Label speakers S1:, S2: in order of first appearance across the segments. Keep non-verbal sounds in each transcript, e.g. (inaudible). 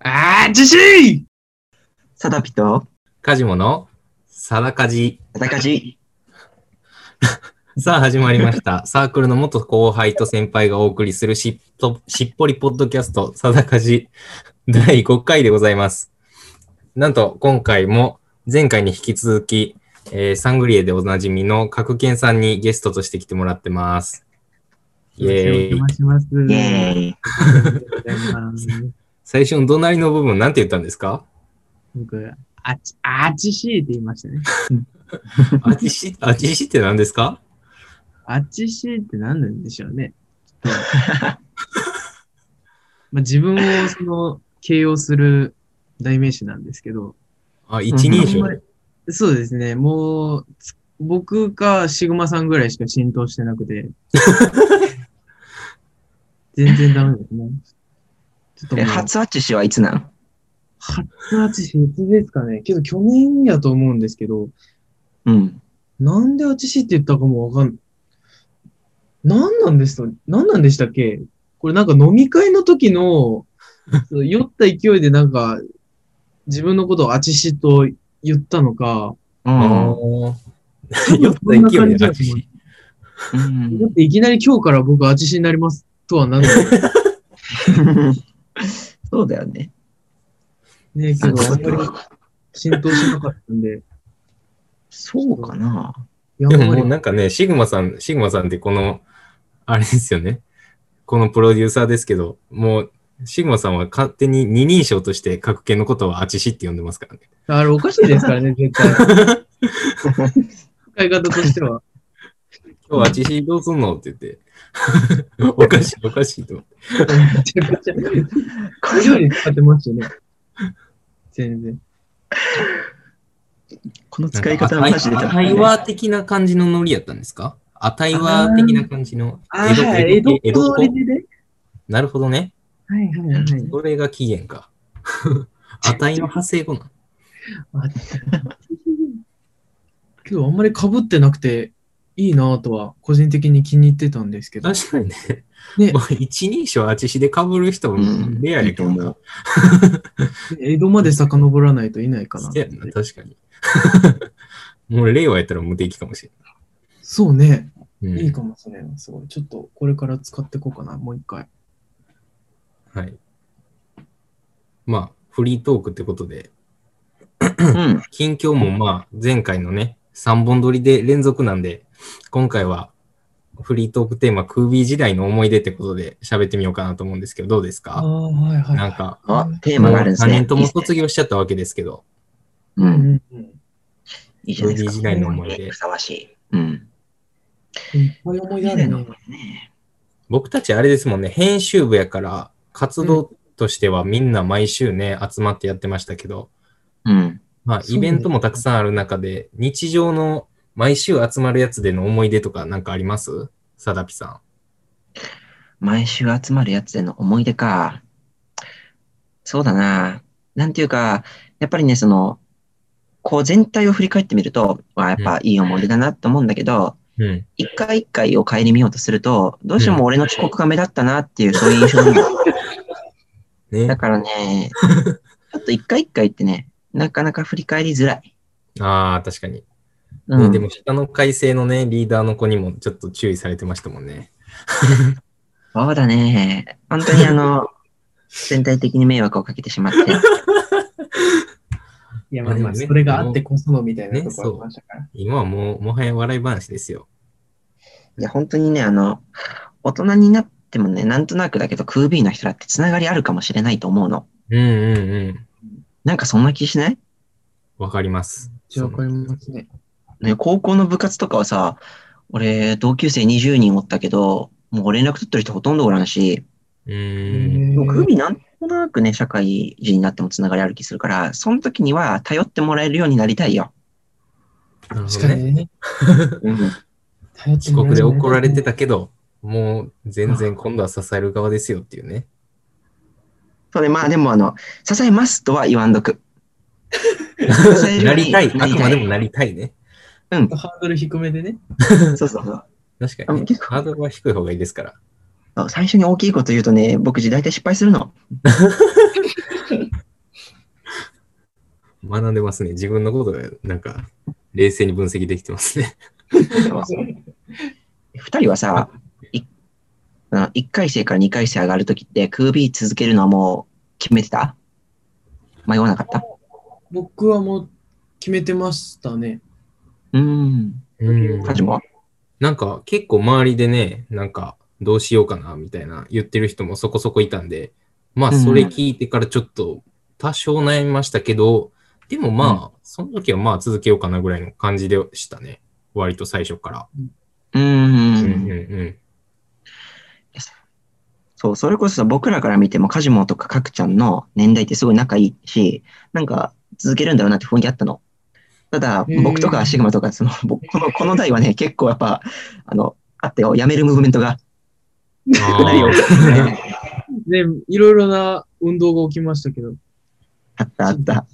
S1: あー、じじい
S2: サダピと、
S3: カジモのサダカジ。
S2: サダカジ。
S3: さあ始まり
S1: (laughs)
S3: ました。サークルの元後輩と先輩がお送りするしっとしっぽりポッドキャストサダカジ第5回でございます。なんと今回も前回に引き続き、えーサングリエでおなじみの角健さんにゲストとして来てもらってます。イエ
S1: お
S3: ーイ
S1: 邪。魔します。
S2: イェーイ。
S3: 最初の隣の部分なんて言ったんですか
S1: 僕、あち、あちしいって言いましたね。
S3: あちし、あちしって何ですか
S1: あちしいって何なんでしょうね。ちょっ
S3: (laughs)
S1: とまあ自分をその形容する代名詞なんですけど、
S3: あ、一人称
S1: あん。まりそうですね、もうつ僕かシグマさんぐらいしか浸透してなく
S3: (laughs)
S1: て、全然ダメですね。ちょっとも
S2: え、
S1: う
S2: 初アッチ氏はいつなん
S1: 初アチシいつですかね。けど去年やと思うんですけど、
S2: うん。
S1: なんでアチシって言ったかもわかんない。なんなんですと、なんなんでしたっけこれなんか飲み会の時の、 (laughs) その酔った勢いでなんか、自分のことをアチシと言ったのか、
S2: う
S3: あ
S2: ん。
S3: ー (laughs) 酔った勢いであちし。
S2: うん
S1: だっていきなり今日から僕はアチシになりますとはなんない。
S2: (laughs) そうだよね。
S1: ねけど、あんまり浸透しなかったんで、
S2: そうかな。
S1: や
S3: で
S1: ん
S3: も
S1: わ
S3: もう
S1: り
S3: なんかね、シグマさん、シグマさんってこの、あれですよね。このプロデューサーですけど、もう、シグマさんは勝手に二人称として、格剣のことはアチシって呼んでますからね。
S1: あれおかしいですからね、絶対。
S3: (laughs)
S1: 使い方としては。
S3: 今日アチシどうすんのって言って、おかしい、おかしいと。
S1: めちゃくちゃ、こ料理使ってますよね。全然。
S2: (laughs) この使い方はマジで
S3: ア
S2: 高
S3: タ
S2: い
S3: イ
S2: ね。
S3: ワ的な感じのノリやったんですかアタイワ的な感じの。江戸江戸っ子
S1: でね。
S3: なるほどね。
S1: はいはいはい。
S3: これが起源か。アタイの派生語なん。
S1: けどあんまり被ってなくていいなぁとは個人的に気に入ってたんですけど。
S3: 確かにね。
S1: ね
S3: もう一人称あちしで被る人も
S2: うん
S3: レアやけど
S2: いいと
S3: な
S2: 思。
S1: 江戸まで遡らないといないかな
S3: せ。やな確かに。 (laughs) もう令和やったら無敵かもし
S1: そうね。
S3: れない。うん
S1: いいかもしれない。すごい。ちょっとこれから使っていこうかな。もう一回。
S3: はい。まあ、フリートークってことで、
S2: うん。
S3: 近況もまあ、前回のね、3本撮りで連続なんで、今回はフリートークテーマ、クービー時代の思い出ってことで喋ってみようかなと思うんですけど、どうです
S1: あ
S3: か
S1: あ、はいはい。
S3: なんか、
S2: あ、テー
S3: もう
S2: マがあるんです
S3: 3
S2: ね。いい
S3: 人とも
S2: っすね
S3: 卒業しちゃったわけですけど、
S2: う。
S1: うんんうん。
S2: いいじゃないですか。
S3: ルビー時代の思い出
S2: ふさわしい。うん。
S1: いっぱい思い出あるね。
S2: ね
S3: 僕たちあれですもんね、編集部やから、活動としてはみんな毎週ね、集まってやってましたけど、
S2: うん。
S3: まあ、
S1: そう
S3: イ
S1: ね
S3: ベントもたくさんある中で、日常の毎週集まるやつでの思い出とかなんかありますさだぴさ
S2: 毎週集まるやつでの思い出か。そうだな。なんていうか、やっぱりね、その、こう全体を振り返ってみると、まあ、やっぱいい思い出だなと思うんだけど、
S3: ん。うん。
S2: 一回一回を顧みようとすると、どうしても俺の遅刻が目立ったなっていう、そういう印象になる。だ
S3: ね。
S2: から (laughs) ね、ちょっと一回一回ってね、なかなか振り返りづらい。
S3: ああ、確かに、ね
S2: うん、
S3: でも、下の改正のね、リーダーの子にもちょっと注意されてましたもんね。
S2: そうだね。本当にあ (laughs) の、全体的に迷惑をかけてしまって。
S1: いや、まあまあ、
S3: でもね
S1: それがあってこそのみたいな
S3: ね
S1: ところありましたから。
S3: 今はもう、もはや笑い話ですよ。
S2: いや、本当にね、あの、大人になってもね、なんとなくだけど、クービーの人だってつながりあるかもしれないと思うの。
S3: うんうんうん。
S2: なんかそんな気しない
S3: わかります。
S1: じゃあ、わかりますね。
S2: ね、高校の部活とかはさ、俺、同級生20人おったけど、もう連絡取ってる人ほとんどおらんし、
S3: う
S1: へ
S3: ーん。
S2: でもクー
S1: ー
S2: ビーなんとなくね、社会人になってもつながりある気するから、その時には頼ってもらえるようになりたいよ。
S3: なるほ
S1: 確
S3: ど
S1: か
S3: ね。
S1: にね。
S2: うん。
S1: 頼って
S3: 遅
S1: もら
S3: 刻
S1: え
S3: で
S1: ない
S3: 怒られてたけど、もう全然今度は支える側ですよっていうね。
S2: それまあでも、あの、支えますとは言わんど
S3: (laughs)
S2: く。
S3: なりたい。
S2: な
S3: あ
S2: り
S3: く
S2: た
S3: ま
S2: い
S3: でもなりたいね。
S1: ハードル低めでね。
S2: そうそうそう。
S3: 確かに、
S2: あ
S3: ね。
S2: 結構
S3: ハードルは低い方がいいですから。
S2: そう最初に大きいこと言うとね、僕、大体失敗するの。
S3: 学んでますね。自分のことが、なんか、冷静に分析できてますね。
S2: 二人はさ、いあ一回生から二回生上がるときって、クービー続けるのはもう決めてた迷わなかった
S1: 僕はもう決めてましたね。
S2: うーん。
S3: うん
S2: カジも
S3: なんか、結構周りでね、なんか、どうしようかな、みたいな言ってる人もそこそこいたんで、まあ、それ聞いてからちょっと、多少悩みましたけど、でもまあ、その時はまあ続けようかなぐらいの感じでしたね。割と最初から。
S2: うー
S3: うんうん
S2: ん。
S3: うん。
S2: そう、それこそさ僕らから見ても、カジモとかカクちゃんの年代ってすごい仲いいし、なんか続けるんだろうなって雰囲気あったの。ただ
S1: へ、ー
S2: 僕とかシグマとか、その、僕この、この代はね、結構やっぱ、あの、あったよ、やめるムーブメント (laughs) が少ないよ。
S1: ね、いろいろな運動が起きましたけど。
S2: あったあった。。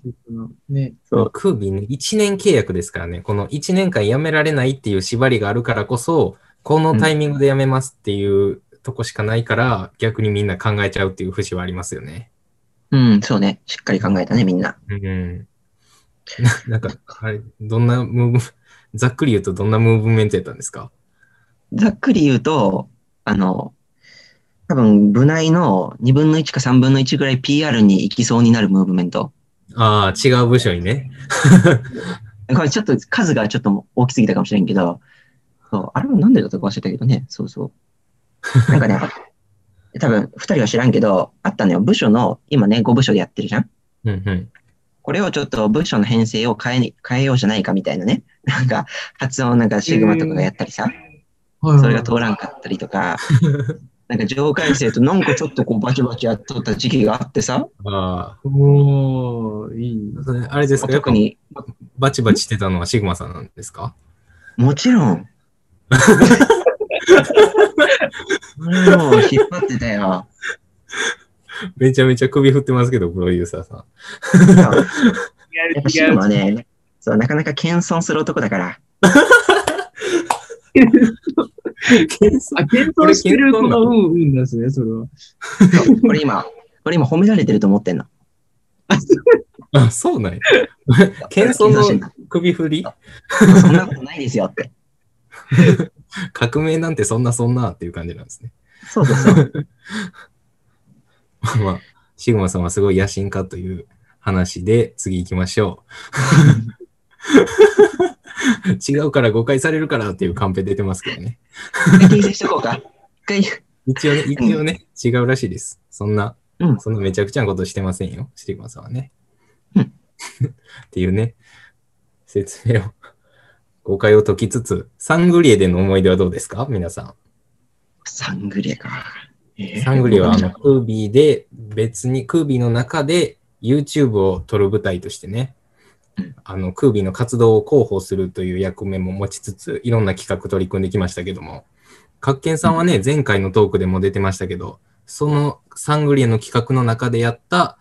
S1: ね。
S2: そう
S3: クービーね、1年契約ですからね、この1年間辞められないっていう縛りがあるからこそ、このタイミングで辞めますっていうとこしかないから、逆にみんな考えちゃうっていう節はありますよね。
S2: うん、そうね。しっかり考えたね、みんな。
S3: うん。ななん (laughs) か、あれ、どんなムーブ、ざっくり言うとどんなムーブメントやったんですか
S2: ざっくり言うと、あの、多分、部内の2分の1か3分の1ぐらい PR に行きそうになるムーブメント。
S3: ああ、違う部署にね。
S2: これちょっと数がちょっと大きすぎたかもしれんけど、そう、あれはなんでだったか忘れたけどね、そうそう。なんかね、 (laughs) 多分、2人は知らんけど、あったのよ。部署の、今ね、5部署でやってるじゃん
S3: うんうん。
S2: これをちょっと部署の編成を変えに、変えようじゃないかみたいなね。なんか、発音なんかシグマとかがやったりさ。
S1: はい、はい。
S2: それが通らんかったりと
S3: (laughs)
S2: か、なんか上階生となんかちょっとこうバチバチやっとった時期があってさ、
S3: あ
S1: おー、いい。
S3: あ、それあれですかやっ
S2: 特
S3: ぱ
S2: に、
S3: バチバチしてたのはシグマさんなんですか
S2: もち
S3: (laughs)
S2: ろん。俺もう引っ張ってたよ。
S3: めちゃめちゃ首振ってますけど、プロデューサーさ (laughs) ん。
S2: やっぱシグマはね、そう、なかなか謙遜する男だ
S3: (laughs)
S2: から。
S1: あ、検討してるこのうんうんですね、それは。
S2: そうこれ今、これ今褒められてると思ってんの。
S3: あ、そうなんや。謙遜
S2: してん
S3: の
S2: の
S3: 首振り
S2: そんなことないですよって。
S3: 革命なんてそんなそんなっていう感じなんですね。 (laughs)
S2: そうそうそう。
S3: まあ、シグマさんはすごい野心家という話で、次行きましょう。 (laughs) 違うから誤解されるからっていうカンペ出てますけどね。
S2: 一回訂正しとこうか。一回、
S3: 一応ね、一応ね、違うらしいです。そんな、
S2: うん
S3: そんなめちゃくちゃなことしてませんよ、シグマさんはね。
S2: うん
S3: (laughs) っていうね、説明を、誤解を解きつつ、サングリエでの思い出はどうですか皆さん。
S2: サングリエか。えー
S3: サングリはあの、クービーで別に、クービーの中で YouTube を撮る舞台としてね
S2: うん、
S3: あの、クービーの活動を広報するという役目も持ちつつ、いろんな企画取り組んできましたけども、角健さんはね、前回のトークでも出てましたけど、そのサングリエの企画の中でやった、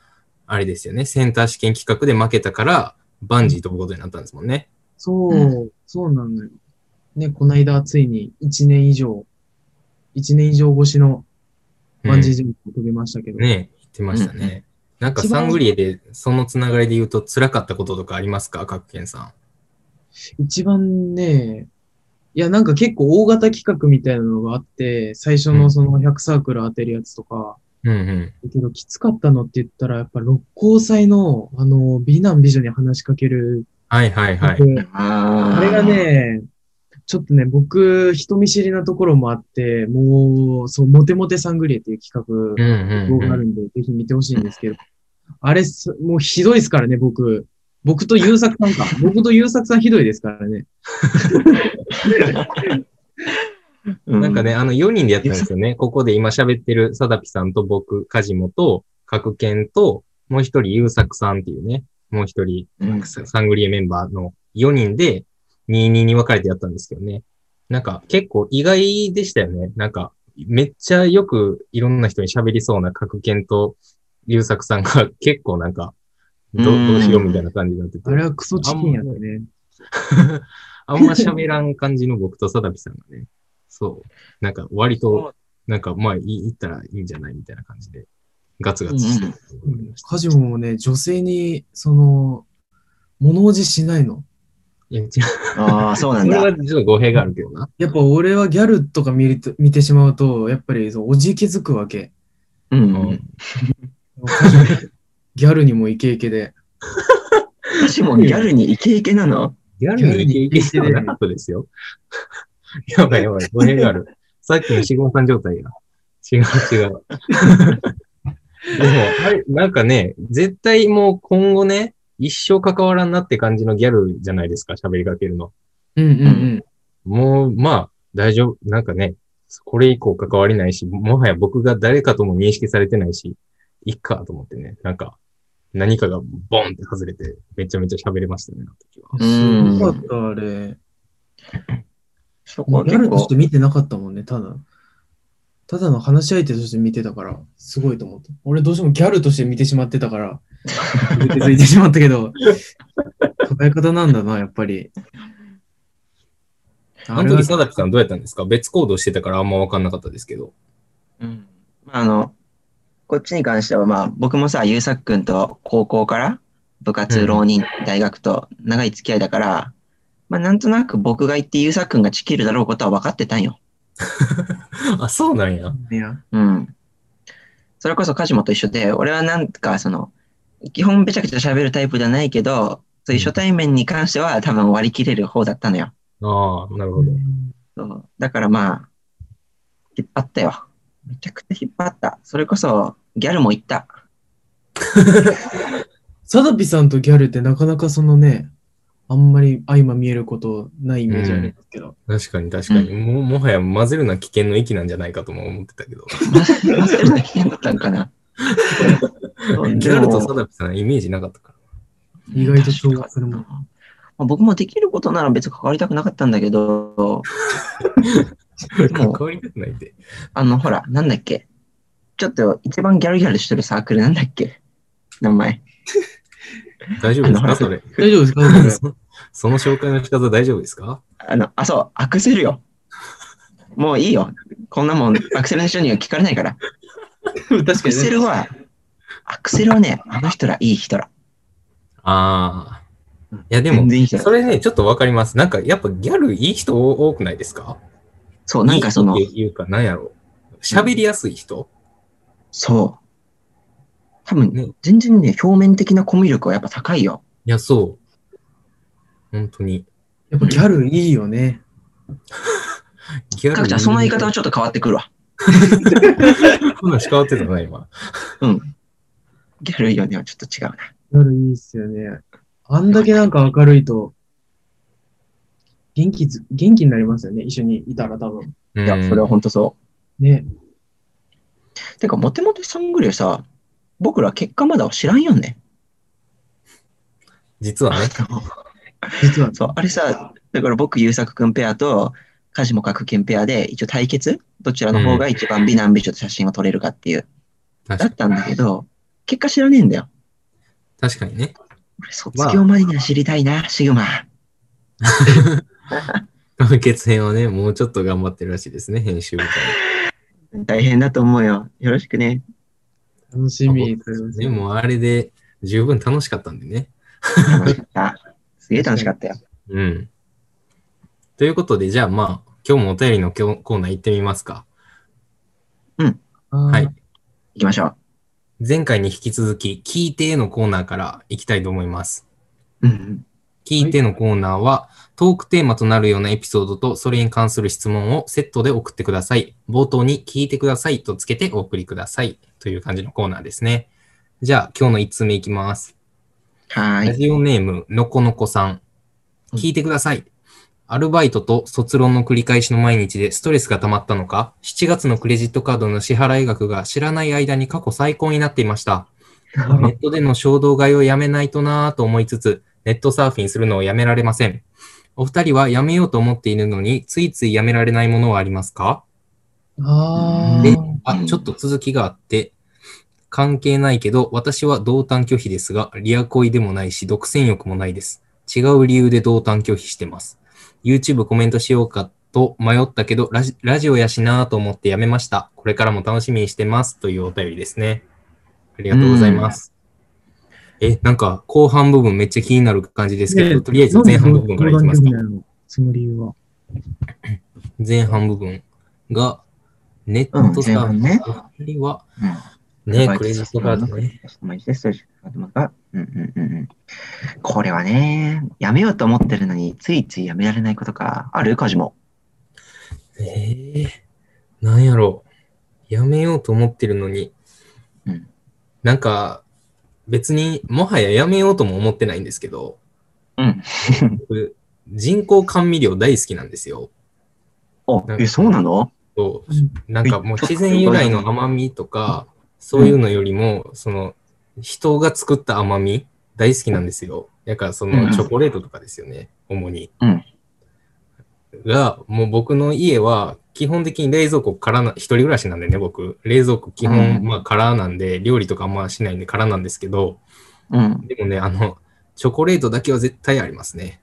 S3: あれですよね、センター試験企画で負けたから、バンジー飛ぶことになったんですもんね。
S1: そう、
S2: う
S1: そうなのよ。ね、この間、ついに1年以上、1年以上越しのバンジージャンプを飛びましたけど、
S3: ね言ってましたね。なんかサングリエで、そのつながりで言うと、辛かったこととかありますか角健さん。
S1: 一番ね、いや、なんか結構大型企画みたいなのがあって、最初のその100サークル当てるやつとか、
S3: うんうん。
S1: だけどきつかったのって言ったら、やっぱ六甲祭の、あの、美男美女に話しかける。
S3: はいはいはい。
S2: あー
S1: あれが、ね、ちょっとね、僕、人見知りなところもあって、もう、そう、モテモテサングリエっていう企画、
S3: うん
S1: 動
S3: うん
S1: 画あ
S3: う
S1: る
S3: ん。
S1: んで、ぜひ見てほしいんですけど。あれす、もうひどいですからね、僕。僕と優作さんか。僕と優作さんひどいですからね。
S2: う
S3: なんかね、、あの4人でやったんですよね。ここで今喋ってるサダピさんと僕、カジモと、角健と、もう一人、優作さんっていうね、もう一人、
S2: うん
S3: サングリエメンバーの4人で、22に分かれてやったんですけどね。なんか結構意外でしたよね。なんか、めっちゃよくいろんな人に喋りそうな角健と優作さんが結構なんか、ど
S2: うん
S3: どうしようみたいな感じになってて
S1: あ。れはクソチキンやったね。
S3: あんま喋らん感じの僕とサダピさんが
S2: (laughs)
S3: ね、そう、なんか割と、なんかまあいい言ったらいいんじゃないみたいな感じで、ガツガツしてるところがありました
S1: カジモもね、女性に、その、物おじしないの。
S3: いや、違う。
S2: ああ、そうな
S3: そ
S2: ん
S3: れ
S2: だ。
S3: はちょっと語弊があるけどな。
S1: やっぱ俺はギャルとか見れて見てしまうと、やっぱりそうおじ気づくわ (laughs) け。
S2: うんう
S3: うんん。
S1: ギャルにもイケイケで。
S2: 私もギャルにイケイケなの
S3: ギャルにイケイケではなかったですよ。やばいやばい、語弊
S2: (laughs)
S3: がある。さっきのシゴンさん状態が。違う違う。でも、あれ、なんかね、絶対もう今後ね、一生関わらんなって感じのギャルじゃないですか、喋りかけるの。
S1: うんうんうん。
S3: もう、まあ、大丈夫。なんかね、これ以降関わりないし、もはや僕が誰かとも認識されてないし、いっかと思ってね、なんか、何かがボンって外れて、めちゃめちゃ喋れましたね、あの時は。
S2: うん
S1: すごかった、あれ。
S2: そこ
S1: も
S2: は
S1: うギャ
S2: 結
S1: ルとし
S2: 構
S1: て。見てなかったもんね、ただ。ただの話し相手として見てたから、すごいと思った。俺どうしてもギャルとして見てしまってたから、気づいてしまったけど、捉え方なんだな、やっぱり。
S3: あの時、佐々木さんどうやったんですか別行動してたからあんま分かんなかったですけど。
S2: うんまああの、こっちに関しては、まあ僕もさ、ゆうさくんと高校から部
S3: う
S2: 活、
S3: ん
S2: 浪人、大学と長い付き合いだから、まあなんとなく僕が言ってゆうさくんがチキるだろうことは分かってたんよ。
S3: あ、そうなんや。
S1: いや、
S2: うん。それこそカジモと一緒で、俺はなんかその、基本べちゃくちゃ喋るタイプじゃないけど、そういう初対面に関しては多分割り切れる方だったのよ。
S3: ああ、なるほど。
S2: そうだからまあ、引っ張ったよ。めちゃくちゃ引っ張った。それこそ、ギャルも行った。
S1: サダピさんとギャルってなかなかそのね、あんまり相ま見えることないイメージありますけど。
S3: 確かに確かに。
S2: う
S3: ももはや混ぜるな危険の域なんじゃないかとも思ってた (laughs) けど。
S2: マステルな危険だったんかな。
S1: (laughs)
S2: そう
S3: ギャル
S2: で
S3: と佐
S2: も
S3: 々木さんイメージなかったから。
S1: 意外とそうするもん
S2: 確かにまあ僕もできることなら別に関わりたくなかったんだ
S1: (laughs)
S2: けど、
S3: 関わりたくないって。
S2: あの、ほら、なんだっけ。ちょっと一番ギャルギャルしてるサークルなんだっけ名前。
S3: 大丈夫です
S2: あ
S3: か
S2: の
S3: それ。
S1: 大丈夫ですか
S3: そその紹介の仕方大丈夫ですか
S2: あの、あ、そう、アクセルよ。もういいよ。こんなもん、アクセルの人には聞かれないから。
S1: (laughs) 確か
S2: アクセ
S1: に、ね。
S2: ルは、アクセルはね、あの人らいい人ら。
S3: ああ。いやでも
S2: 全、然いい人
S3: そ
S2: ら。
S3: れね、ちょっとわかります。なんかやっぱギャルいい人多くないですか
S2: そう、なんかその
S3: いい、人っていうか、なんやろう。喋りやすい人、
S2: そう。多分、
S3: ね
S2: 全然ね、表面的なコミュ力はやっぱ高いよ。
S3: いや、そう。本当に。
S1: やっぱギャルいいよね。
S3: ギャ
S2: かくちゃん、その言い方はちょっと変わってくるわ。
S3: 話変わってたな、今。
S2: ギャルいいよねはちょっと違うな。
S1: ギャルいいっすよね。あんだけなんか明るいと、元気ず、元気になりますよね。一緒にいたら多分。
S3: い
S2: いや、それは本当そ
S1: ね。
S2: う。てか、モテモテさんぐらいさ、僕ら結果まだ知らんよね。
S3: 実はね。
S1: 実は、
S2: そう、あれさ、だから僕、優作くんペアと、カジモカクケンペアで、一応対決どちらの方が一番美男美女と写真を撮れるかっていう、だ
S3: 確
S2: っ
S3: か
S2: たんだけど、結果知らねえんだよ。
S3: 確かにね。
S2: 俺、卒業までには知りたいな、シグマ。
S3: 血編はね、もうちょっと頑張ってるらしいですね、編集みたい
S2: 大変だと思うよ。よろしくね。
S1: 楽しみ。
S3: な。でも、あれで十分楽しかったんでね。
S2: 楽しかった。すげえ楽しかったよ。
S3: うん。ということで、じゃあまあ、今日もお便りのきょコーナー行ってみますか。
S1: は
S3: はいい。
S2: 行きましょう。
S3: 前回に引き続き、聞いてのコーナーから行きたいと思います。
S2: うんうん。
S3: 聞いてのコーナーは、トークテーマとなるようなエピソードとそれに関する質問をセットで送ってください。冒頭に聞いてくださいとつけてお送りください。という感じのコーナーですね。じゃあ、今日の1通目いきます。
S2: は
S3: ラ
S2: ーい。
S3: ジオネーム、のこのこさん。
S2: うん
S3: 聞いてください。アルバイトと卒論の繰り返しの毎日でストレスが溜まったのか、7月のクレジットカードの支払い額が知らない間に過去最高になっていました。ネットでの衝動買いをやめないとなぁと思いつつ、ネットサーフィンするのをやめられません。お二人はやめようと思っているのに、ついついやめられないものはありますか
S1: あ
S2: で
S1: ー
S3: あ、ちょっと続きがあって、関係ないけど、私は同担拒否ですが、リア恋でもないし、独占欲もないです。違う理由で同担拒否してます。YouTube コメントしようかと迷ったけど、ラジラジオやしなぁと思ってやめました。これからも楽しみにしてます。というお便りですね。ありがとうございます。え、なんか後半部分めっちゃ気になる感じですけ
S1: ねえ
S3: ど、とりあえず前半部分からいきますか
S1: なんで。そんなのその理由は。
S3: 前半部分が、ネ
S2: う
S3: ッ
S2: ん
S3: ト
S2: 前
S3: サー
S2: 半
S3: ビ
S2: ね
S3: スあたりは、
S2: うん
S3: ね、
S2: バイ
S3: ク
S2: ト
S3: レジットカードね。。
S2: 毎日です。が、うんうんうんうん。これはね、やめようと思ってるのに、ついついやめられないことがある家事も。
S3: えー、なんやろう。やめようと思ってるのに、
S2: うん
S3: なんか、別にもはややめようとも思ってないんですけど、
S2: うん。
S3: 僕人工甘味料大好きなんですよ。
S2: お、え、そうなの
S3: そ
S1: う
S3: う
S1: ん
S3: なんかもう自然由来の甘みとか、そういうのよりも、その、人が作った甘み、大好きなんですよ。だからそ
S2: うん
S3: の、チョコレートとかですよね、主に。
S2: うん
S3: が、もう僕の家は、基本的に冷蔵庫空な、一人暮らしなんでね、僕。冷蔵庫基本、
S2: うん
S3: まあ空なんで、料理とかあんましないんで空なんですけど、
S2: うん。
S3: でもね、あの、チョコレートだけは絶対ありますね。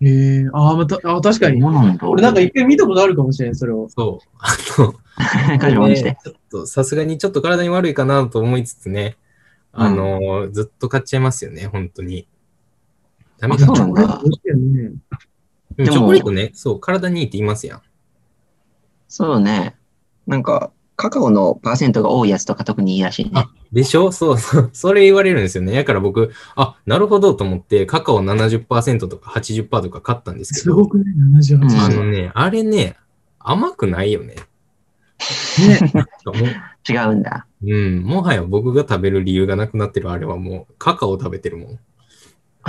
S1: えー、あー、また、あー、確かに。
S2: そうなんだ。
S1: 俺なんか
S2: (laughs)
S1: 一回見たことあるかもしれない、それを。
S3: そう。あの、
S2: 家事もして。
S3: ちょっとさすがにちょっと体に悪いかなと思いつつね、あのーずっと買っちゃいますよね、本当に。ダメか
S2: あそう
S1: チ
S2: な
S1: ョ
S2: ん
S1: コ
S2: だ
S1: レート美味しいよね。
S3: で
S2: で
S3: も
S2: も
S3: チョコレートね、そう、体にいいって言いますやん。
S2: そうね。なんか、カカオのパーセントが多いやつとか特にいいらしいね
S3: あ。でしょそうそう、それ言われるんですよね。だから僕、あ、なるほどと思って、カカオ70%とか80%とか買ったんですけ
S1: す
S3: ど、
S1: ごくね、78。
S2: うん
S3: あのね、あれね、甘くないよね。
S1: ね、
S3: も
S2: 違うんだ。
S3: ううん、もはや僕が食べる理由がなくなってるあれはもう、カカオ食べてるもん。
S2: (laughs)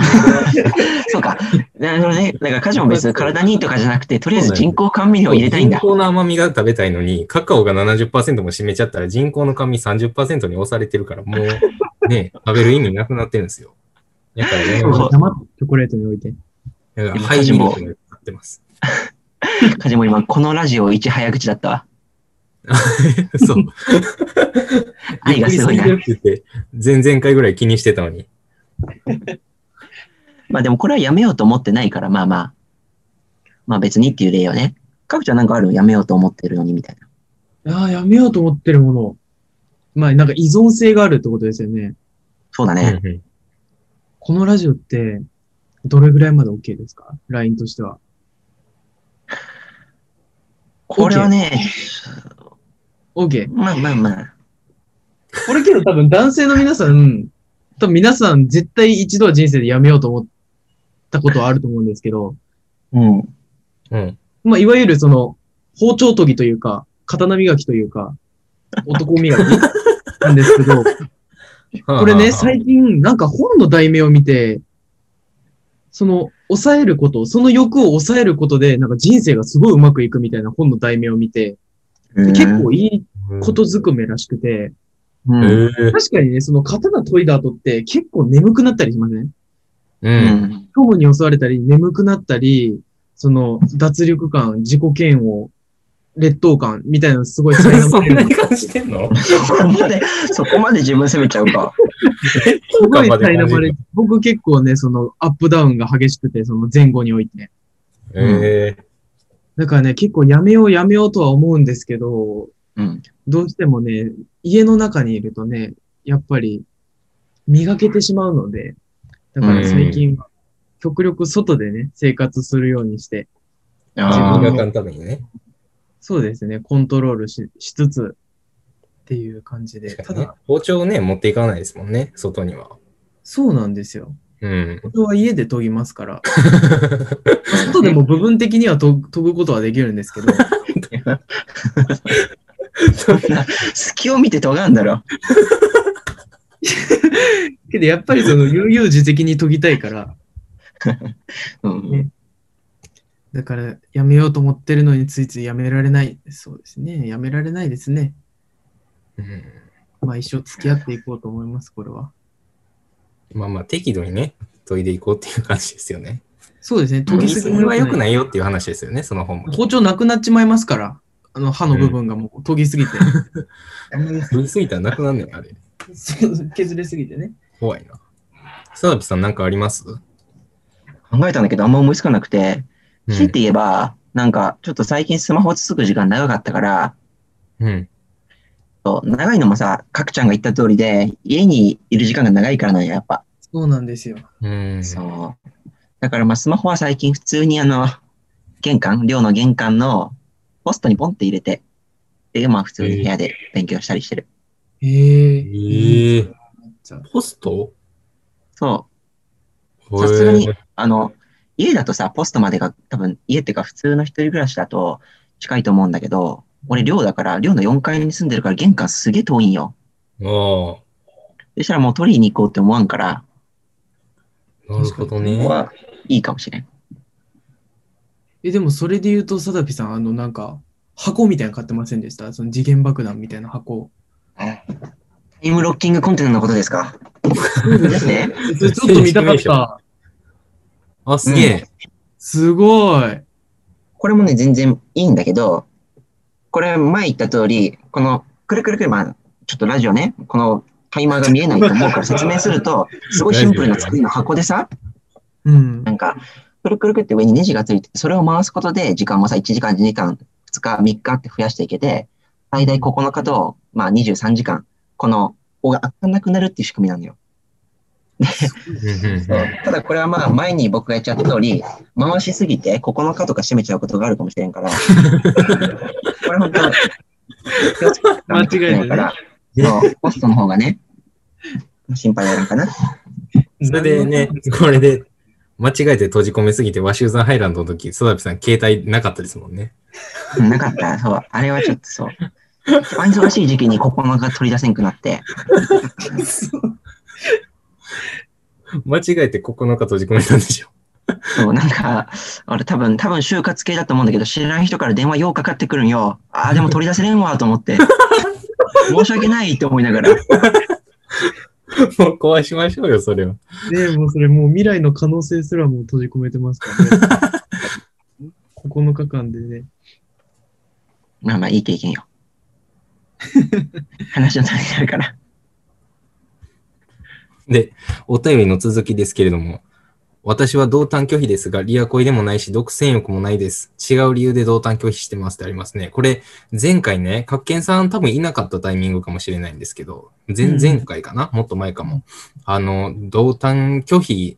S2: そうか。なるほどね。だから家事も別に体にいいとかじゃなくて、とりあえず人工甘味料を入れたいんだ
S3: 人。工の甘みが食べたいのに、カカオが70%も占めちゃったら人工の甘み30%に押されてるから、も
S2: (laughs)
S3: うね、食べる意味なくなってるんですよ。だからね、
S2: そう
S1: 黙ってチョコレートにおいて。
S3: だからハイミルクになっ
S2: (laughs)
S3: てます。
S2: 家事も今、このラジオ一早口だったわ。
S3: そう。び
S2: 愛
S3: っ
S2: が
S3: くり
S2: す
S3: す
S2: ごい
S3: ぎ
S2: な
S3: て。るって言って、前々回ぐらい気にしてたのに。
S2: まあでもこれはやめようと思ってないから、まあまあ。まあ別にっていう例よね。かくちゃんなんかあるやめようと思ってるのにみたいな。
S1: ああ、やめようと思ってるもの。まあ、なんか依存性があるってことですよね。
S2: そうだね。
S3: うんうん
S1: このラジオって、どれぐらいまで OK ですか ?LINE としては。
S2: これはね、
S1: OK。
S2: まあまあまあ。
S1: これけど多分男性の皆さん、多分皆さん絶対一度は人生でやめようと思ったことはあると思うんですけど、
S2: うん。
S3: うん。
S1: まあ、いわゆるその、包丁研ぎというか、刀磨きというか、男磨きなんですけど、これね、最近、なんか本の題名を見て、その、抑えること、その欲を抑えることで、なんか人生がすごいうまくいくみたいな本の題名を見て、で結構いいことずくめらしくて、
S2: うん、
S3: え
S2: うん。
S1: 確かにね、その刀研いだ後って結構眠くなったりしません
S3: う。
S2: うんん。
S1: 虚無に襲われたり、眠くなったり、その、脱力感、自己嫌悪、劣等感みたいなのすごい災難
S3: (laughs) そんなに感じてんの
S2: そこまで、そこまで自分責めちゃうか。
S1: すごい苛まれて、僕結構ね、その、アップダウンが激しくて、その前後において。
S3: え
S1: だからね、結構やめようやめようとは思うんですけど、
S2: うん。
S1: どうしてもね、家の中にいるとね、やっぱり、磨けてしまうので、だから最近は、極力外でね、生活するようにして、
S3: ー、
S1: 自
S3: 自
S1: 分の
S3: 分が買うためにね。
S1: そうですね、コントロールししつつ、っていう感じで。た
S3: 確かにね
S1: だ、
S3: 包丁をね、持っていかないですもんね、外には。
S1: そうなんですよ。
S3: うん。
S1: 僕は家で研ぎます
S3: (laughs)
S1: から、外でも部分的には研ぐ研ぐことはできるんですけ
S3: (laughs)
S1: ど、
S2: 隙を見て尖んだろ。 (laughs)
S1: けどやっぱりその悠々自適に研ぎたいから、
S2: うん。
S1: だからやめようと思ってるのについついやめられない。そうですね、やめられないですね。
S3: うん
S1: まあ一生付き合っていこうと思います、これは。
S3: まあまあ適度にね、研いでいこうっていう感じですよね。
S1: そうですね、研
S3: (laughs)
S1: ぎ
S3: 研ぎ
S1: す
S3: す
S1: ぎ
S3: ぎ
S1: も
S3: は
S1: 良
S3: 良
S1: く
S3: く
S1: ない。
S3: ないよっていう話ですよね、その本も。
S1: 包丁なくなっちまいますから、あの刃の部分がもう研ぎす (laughs) ぎて。
S3: 研ぎすぎたらなくなんねん、あれ。
S1: 削れすぎてね。
S3: 怖いな。サダピさんなんかあります
S2: 考えたんだけど、あんま思いつかなくて、
S3: うん
S2: 強いて言えば、なんか、ちょっと最近スマホつつく時間長かったから、
S3: うん。
S2: そう長いのもさ、かくちゃんが言った通りで、家にいる時間が長いからなんや、やっぱ。
S1: そうなんですよ。
S3: うん。
S2: そう。だからまあスマホは最近普通にあの、玄関、寮の玄関のポストにポンって入れて、で、まあ普通に部屋で勉強したりしてる。
S1: へえー。
S3: ええ
S1: じゃあ
S3: ポスト
S2: そ
S3: へ
S2: う。
S3: ー
S2: さすがに、あの、家だとさ、ポストまでが多分、家っていうか普通の一人暮らしだと近いと思うんだけど、俺寮だから、寮の4階に住んでるから玄関すげえ遠いんよ。
S3: あ
S2: そしたらもう取りに行こうって思わんから、
S3: あ、なるほど
S2: こ
S3: ね
S2: こ。はいいかもしれん。
S1: え、でもそれで言うと、サダピさん、あの、なんか、箱みたいなの買ってませんでしたその次元爆弾みたいな (laughs) 箱。
S2: タイムロッキングコンテナのことですかですね。
S1: えそれちょっと見 (laughs) たかった。
S3: あ、すげえ。
S1: すごい。
S2: これもね、全然いいんだけど、これ前言った通り、この、くるくるくる、まあ、ちょっとラジオね、このタイマーが見えないと思うから説明すると、すごいシンプルな作りの箱でさ、
S1: うん
S2: な。んか、くるくるくるって上にネジがついてて、それを回すことで、時間もさ、1時間、2時間、2日、3日って増やしていけて、最大9日と、まあ、23時間、この、尾が開かなくなるっていう仕組みなのよ。
S3: うん
S2: そうただこれはまあ前に僕が言っちゃった通り、回しすぎて9日とか締めちゃうことがあるかもしれんから、これ本当、気をつけて
S1: 間違いない
S2: から、そう、ポストの方がね、心配なんかな。
S3: それでね、これで、間違えて閉じ込めすぎて、ワシューザンハイランドの時、ソダピさん携帯なかったですもんね。
S2: なかった、そう、あれはちょっとそう。一番忙しい時期に9日取り出せんくなって、
S3: 間違えて9日閉じ込めたんでしょ。 (laughs)
S2: そう、なんか、俺多分、多分就活系だと思うんだけど、知らない人から電話ようかかってくるんよ。ああ、でも取り出せれんわと思って、申し訳ないって思いながら、
S3: もう壊しましょうよ、それは。
S1: ねもうそれもう未来の可能性すらもう閉じ込めてますから
S3: (laughs)
S1: ね。9日間でね。
S2: まあまあいい経験よ。 (laughs) 話の足りないから。
S3: で、お便りの続きですけれども、私は同担拒否ですが、リア恋でもないし、独占欲もないです。違う理由で同担拒否してますってありますね。これ、前回ね、角健さん多分いなかったタイミングかもしれないんですけど、前
S1: うん
S3: 々回かな、もっと前かも。あの、同担拒否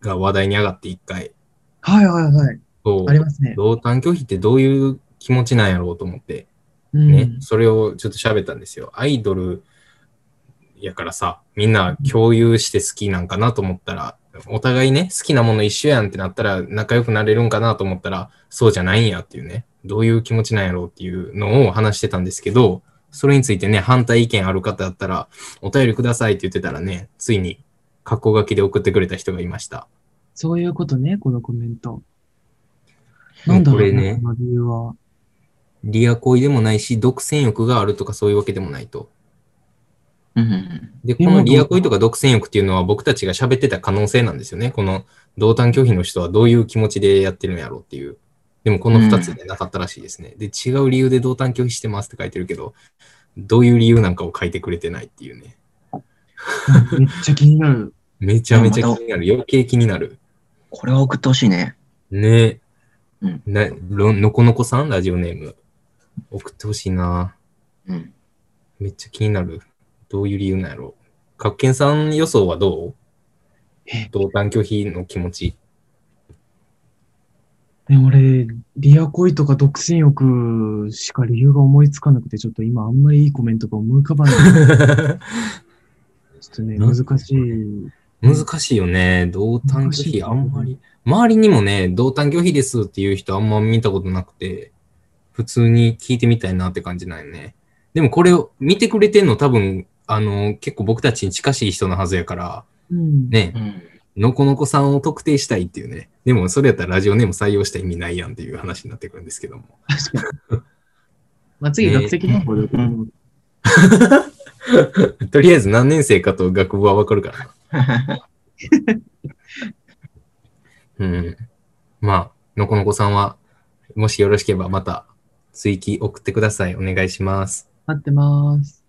S3: が話題に上がって一回。
S1: はいはいはい。
S3: そう
S1: ありますね。
S3: 同担拒否ってどういう気持ちなんやろうと思って、
S1: うん。
S3: ね、それをちょっと喋ったんですよ。アイドルやからさ、みんな共有して好きなんかなと思ったら、お互いね、好きなもの一緒やんってなったら仲良くなれるんかなと思ったら、そうじゃないんやっていうね、どういう気持ちなんやろうっていうのを話してたんですけど、それについてね、反対意見ある方だったら、お便りくださいって言ってたらね、ついに、格好書きで送ってくれた人がいました。
S1: そういうことね、このコメント。
S3: うん
S1: なんだろ
S3: こ
S1: う
S3: れ
S1: ね、
S3: ね
S1: この理由は。 (laughs)
S3: リア恋でもないし、独占欲があるとかそういうわけでもないと。
S2: うん。
S3: で、このリア恋とか独占欲っていうのは僕たちが喋ってた可能性なんですよね。この同担拒否の人はどういう気持ちでやってるんやろうっていう。でもこの2つでなかったらしいですね。で、違う理由で同担拒否してますって書いてるけど、どういう理由なんかを書いてくれてないっていうね。
S1: めっちゃ気になる。
S3: めちゃめちゃ気になる。余計気になる。
S2: これは送ってほしいね。
S3: ねえ。
S2: うん
S3: なろのこのこさんラジオネーム。送ってほしいな。
S2: うん。
S3: めっちゃ気になる。どういう理由なんやろう。かっけんさん予想はどう
S1: え
S3: 同担拒否の気持ち。
S1: ね、俺、リア恋とか独占欲しか理由が思いつかなくて、ちょっと今あんまりいいコメントが思い浮かば
S3: (laughs)
S1: ない。ちょっとね、
S3: なんで
S1: 難しい。
S3: (laughs) 難しいよね。同担拒否、あんまり。周りにもね、同担拒否ですっていう人あんま見たことなくて、普通に聞いてみたいなって感じなんよね。でもこれを見てくれてんの多分、あの、結構僕たちに近しい人のはずやから、
S1: うん。
S3: ね
S2: う、ん。
S3: のこのこさんを特定したいっていうね。でもそれやったらラジオネーム採用した意味ないやんっていう話になってくるんですけども。
S1: まあ、次、
S3: ね
S1: 学籍の方で。
S2: う
S3: とりあえず何年生かと学部はわかるからな。うん。まあ、のこのこさんは、もしよろしければまた追記送ってください。お願いします。
S1: 待ってます。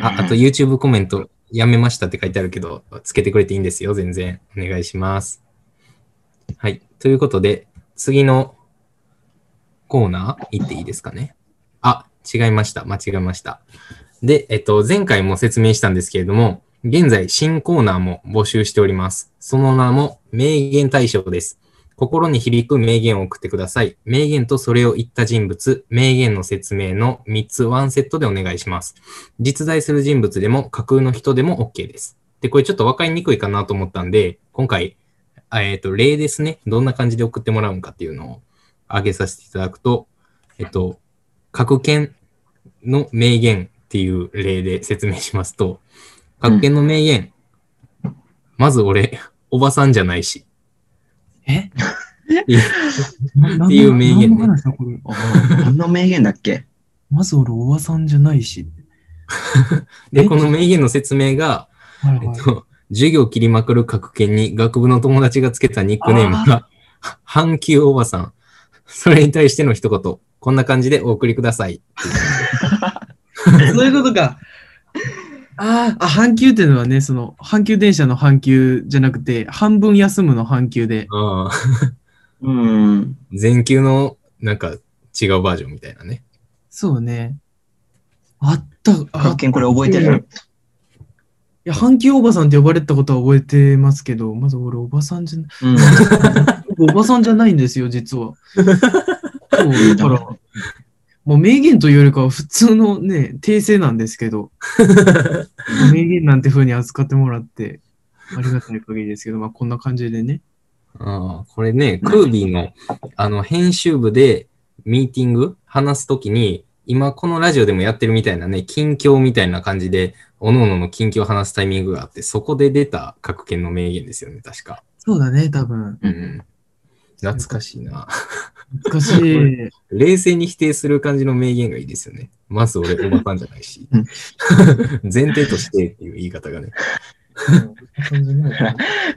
S3: あ、あと YouTube コメントやめましたって書いてあるけど、つけてくれていいんですよ。全然。お願いします。はい。ということで、次のコーナー行っていいですかね。あ、違いました。間違えました。で、えっと、前回も説明したんですけれども、現在新コーナーも募集しております。その名も名言大賞です。心に響く名言を送ってください。名言とそれを言った人物、名言の説明の3つワンセットでお願いします。実在する人物でも架空の人でも OK です。で、これちょっと分かりにくいかなと思ったんで、今回、あえっ、と、例ですね。どんな感じで送ってもらうんかっていうのを挙げさせていただくと、えっと、各県の名言っていう例で説明しますと、各県の名言、まず俺、おばさんじゃないし。
S1: (laughs) え
S3: いやっていう名言ね
S1: 何の話だこれ
S2: おー何の名言だっけ
S1: まず俺、おばさんじゃないし。 (laughs)
S3: で、この名言の説明が、
S1: はい
S3: えっ
S1: はい。
S3: と、授業切りまくる各県に学部の友達がつけたニックネームが、半球おばさん。それに対しての一言、こんな感じでお送りください。
S1: そういうことか。あーあ、半休っていうのはね、その、阪急電車の阪急じゃなくて、半分休むの阪急で。
S3: ああ、
S2: うーん。
S3: 全球のなんか違うバージョンみたいなね。
S1: そうね。あった、あ
S2: 各
S1: っ
S2: 県これ覚えてる。
S1: いや、阪急おばさんって呼ばれてたことは覚えてますけど、まず俺、おばさんじゃな、
S2: うん。
S1: 僕おばさんじゃないんですよ、実 (laughs) は。そう、
S3: (laughs)
S1: だから、もう名言というよりかは普通のね、訂正なんですけ (laughs) ど、名言なんて風に扱ってもらって、ありがたい限りですけど、まあこんな感じでね。
S3: ああ、これね、クービーの、あの、編集部でミーティング話すときに、今このラジオでもやってるみたいなね、近況みたいな感じで、各々の近況を話すタイミングがあって、そこで出た各県の名言ですよね、確か。
S1: そうだね、多分。
S3: うん。懐かしいな。
S1: 難しい。
S3: 冷静に否定する感じの名言がいいですよね。ま
S2: (laughs)
S3: ず俺、おばさんじゃないし
S2: うん。
S3: (laughs) 前提としてっていう言い方がね。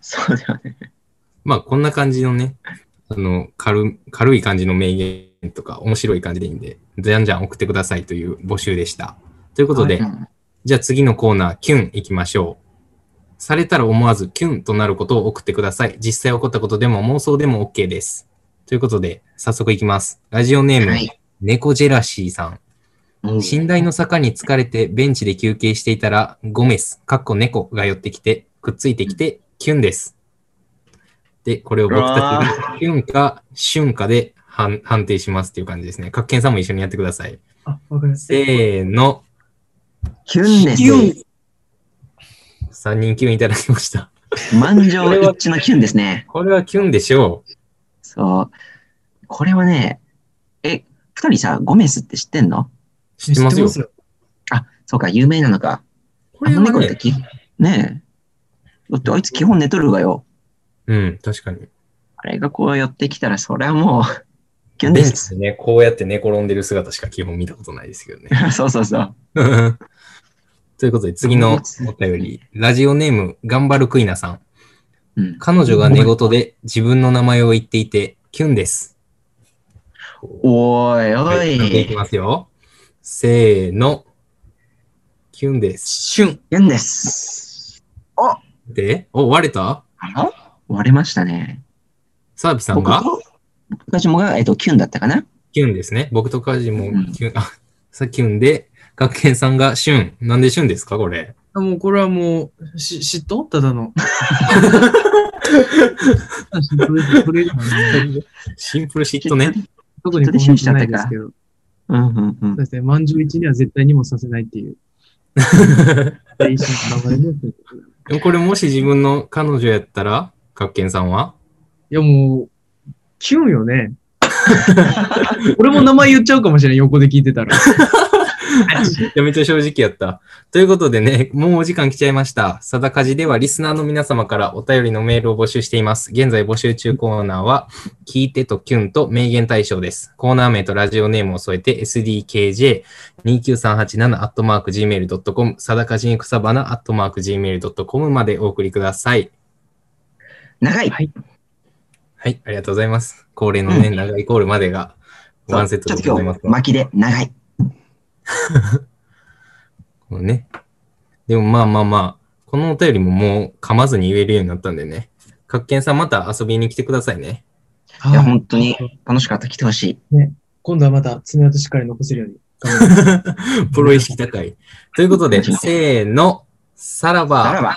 S2: そうだよね。
S3: まあ、こんな感じのね、あの、軽、軽い感じの名言とか、面白い感じでいいんで、じゃんじゃん送ってくださいという募集でした。ということで、
S1: は
S2: うん
S3: じゃあ次のコーナー、キュン行きましょう。されたら思わずキュンとなることを送ってください。実際起こったことでも妄想でも OK です。ということで、早速行きます。ラジオネーム、
S2: はい
S3: 猫ジェラシーさん。
S2: うん
S3: 寝台の坂に疲れてベンチで休憩していたら、ゴメス、かっこ猫が寄ってきて、くっついてきて、キュンです。で、これを僕たちがキュンか、シュンかで判判定しますっていう感じですね。各県さんも一緒にやってください。
S1: (laughs) あ、わかりました。
S3: せーの、
S2: キュンです。
S3: 3人キュンいただきました。
S2: 満場一致のキュンですね。
S3: これはキュンでしょ
S2: そう。これはね、え、二人さ、ゴメスって知ってんの
S3: う。知ってますよ。
S1: よ。
S2: あ、そうか、有名なのか。
S3: これ
S2: あの猫
S3: は
S2: って
S3: ね、
S2: き、ねえ。だってあいつ基本寝とるわよ。
S3: うん、確かに。
S2: あれがこう寄ってきたら、それはもう、キュン
S3: (laughs) ベ
S2: で
S3: ンチ
S2: す。 (laughs)
S3: でね、こうやって寝転んでる姿しか基本見たことないですけどね。
S2: そうそうそう。
S3: ということで、次のお便り。ラジオネーム、頑張るクイナさん。
S2: うん。
S3: 彼女が寝言で自分の名前を言っていて、キュンです。
S2: おーいお。
S3: はいいき
S2: キ
S3: ますよ。せーの。キュンです。
S1: シュン。
S2: ュンです。
S3: で、お、割れた
S2: あら割れましたね。
S3: サービさん
S2: 僕
S3: が
S2: と、僕たちもが、えっと、キュンだったかな
S3: キュンですね。僕とカジも
S2: うん
S3: キュン、あ、さキュンで、学研さんがシュン。なんでシュンですかこれ。
S1: もうこれはもう、し嫉妬ただ (laughs) の。嫉妬ですそれ以 (laughs) 外はね
S3: シンプル嫉妬ね。
S1: 特に興奮しないですけど、
S2: うんうんうん
S1: そう。ですね、満場一致には絶対にもさせないって (laughs) いう。一緒の名前のい
S3: でもこれもし自分の彼女やったら、学研さんは
S1: やもう、キュンよね。 (laughs) 俺も名前言っちゃうかもしれない、横で聞いてたら。
S3: めちゃめちゃ正直やった。ということでね、もうお時間来ちゃいました。さだかじではリスナーの皆様からお便りのメールを募集しています。現在募集中コーナーは、聞いてとキュンと名言対象です。コーナー名とラジオネームを添えて sdkj29387-gmail.com さだかじに草花 -gmail.com までお送りください。
S2: 長い。
S1: はい
S3: はい、ありがとうございます。恒例のね、長いコールまでがワンセット
S2: ちょっ
S3: で
S2: と
S3: ございま
S2: 今
S3: す
S2: 日、。巻きで長い。
S3: このね。でもまあまあまあ、このお便りももう噛まずに言えるようになったんでね。各県さんまた遊びに来てくださ
S2: (laughs)
S3: いね。
S2: いや、
S1: はい
S2: 本当に楽しかった。来てほしい。
S1: 今度はまた爪痕しっかり残せるように。
S2: (laughs)
S3: プロ意識高い。ということで、せーの、さらば。
S2: ならば、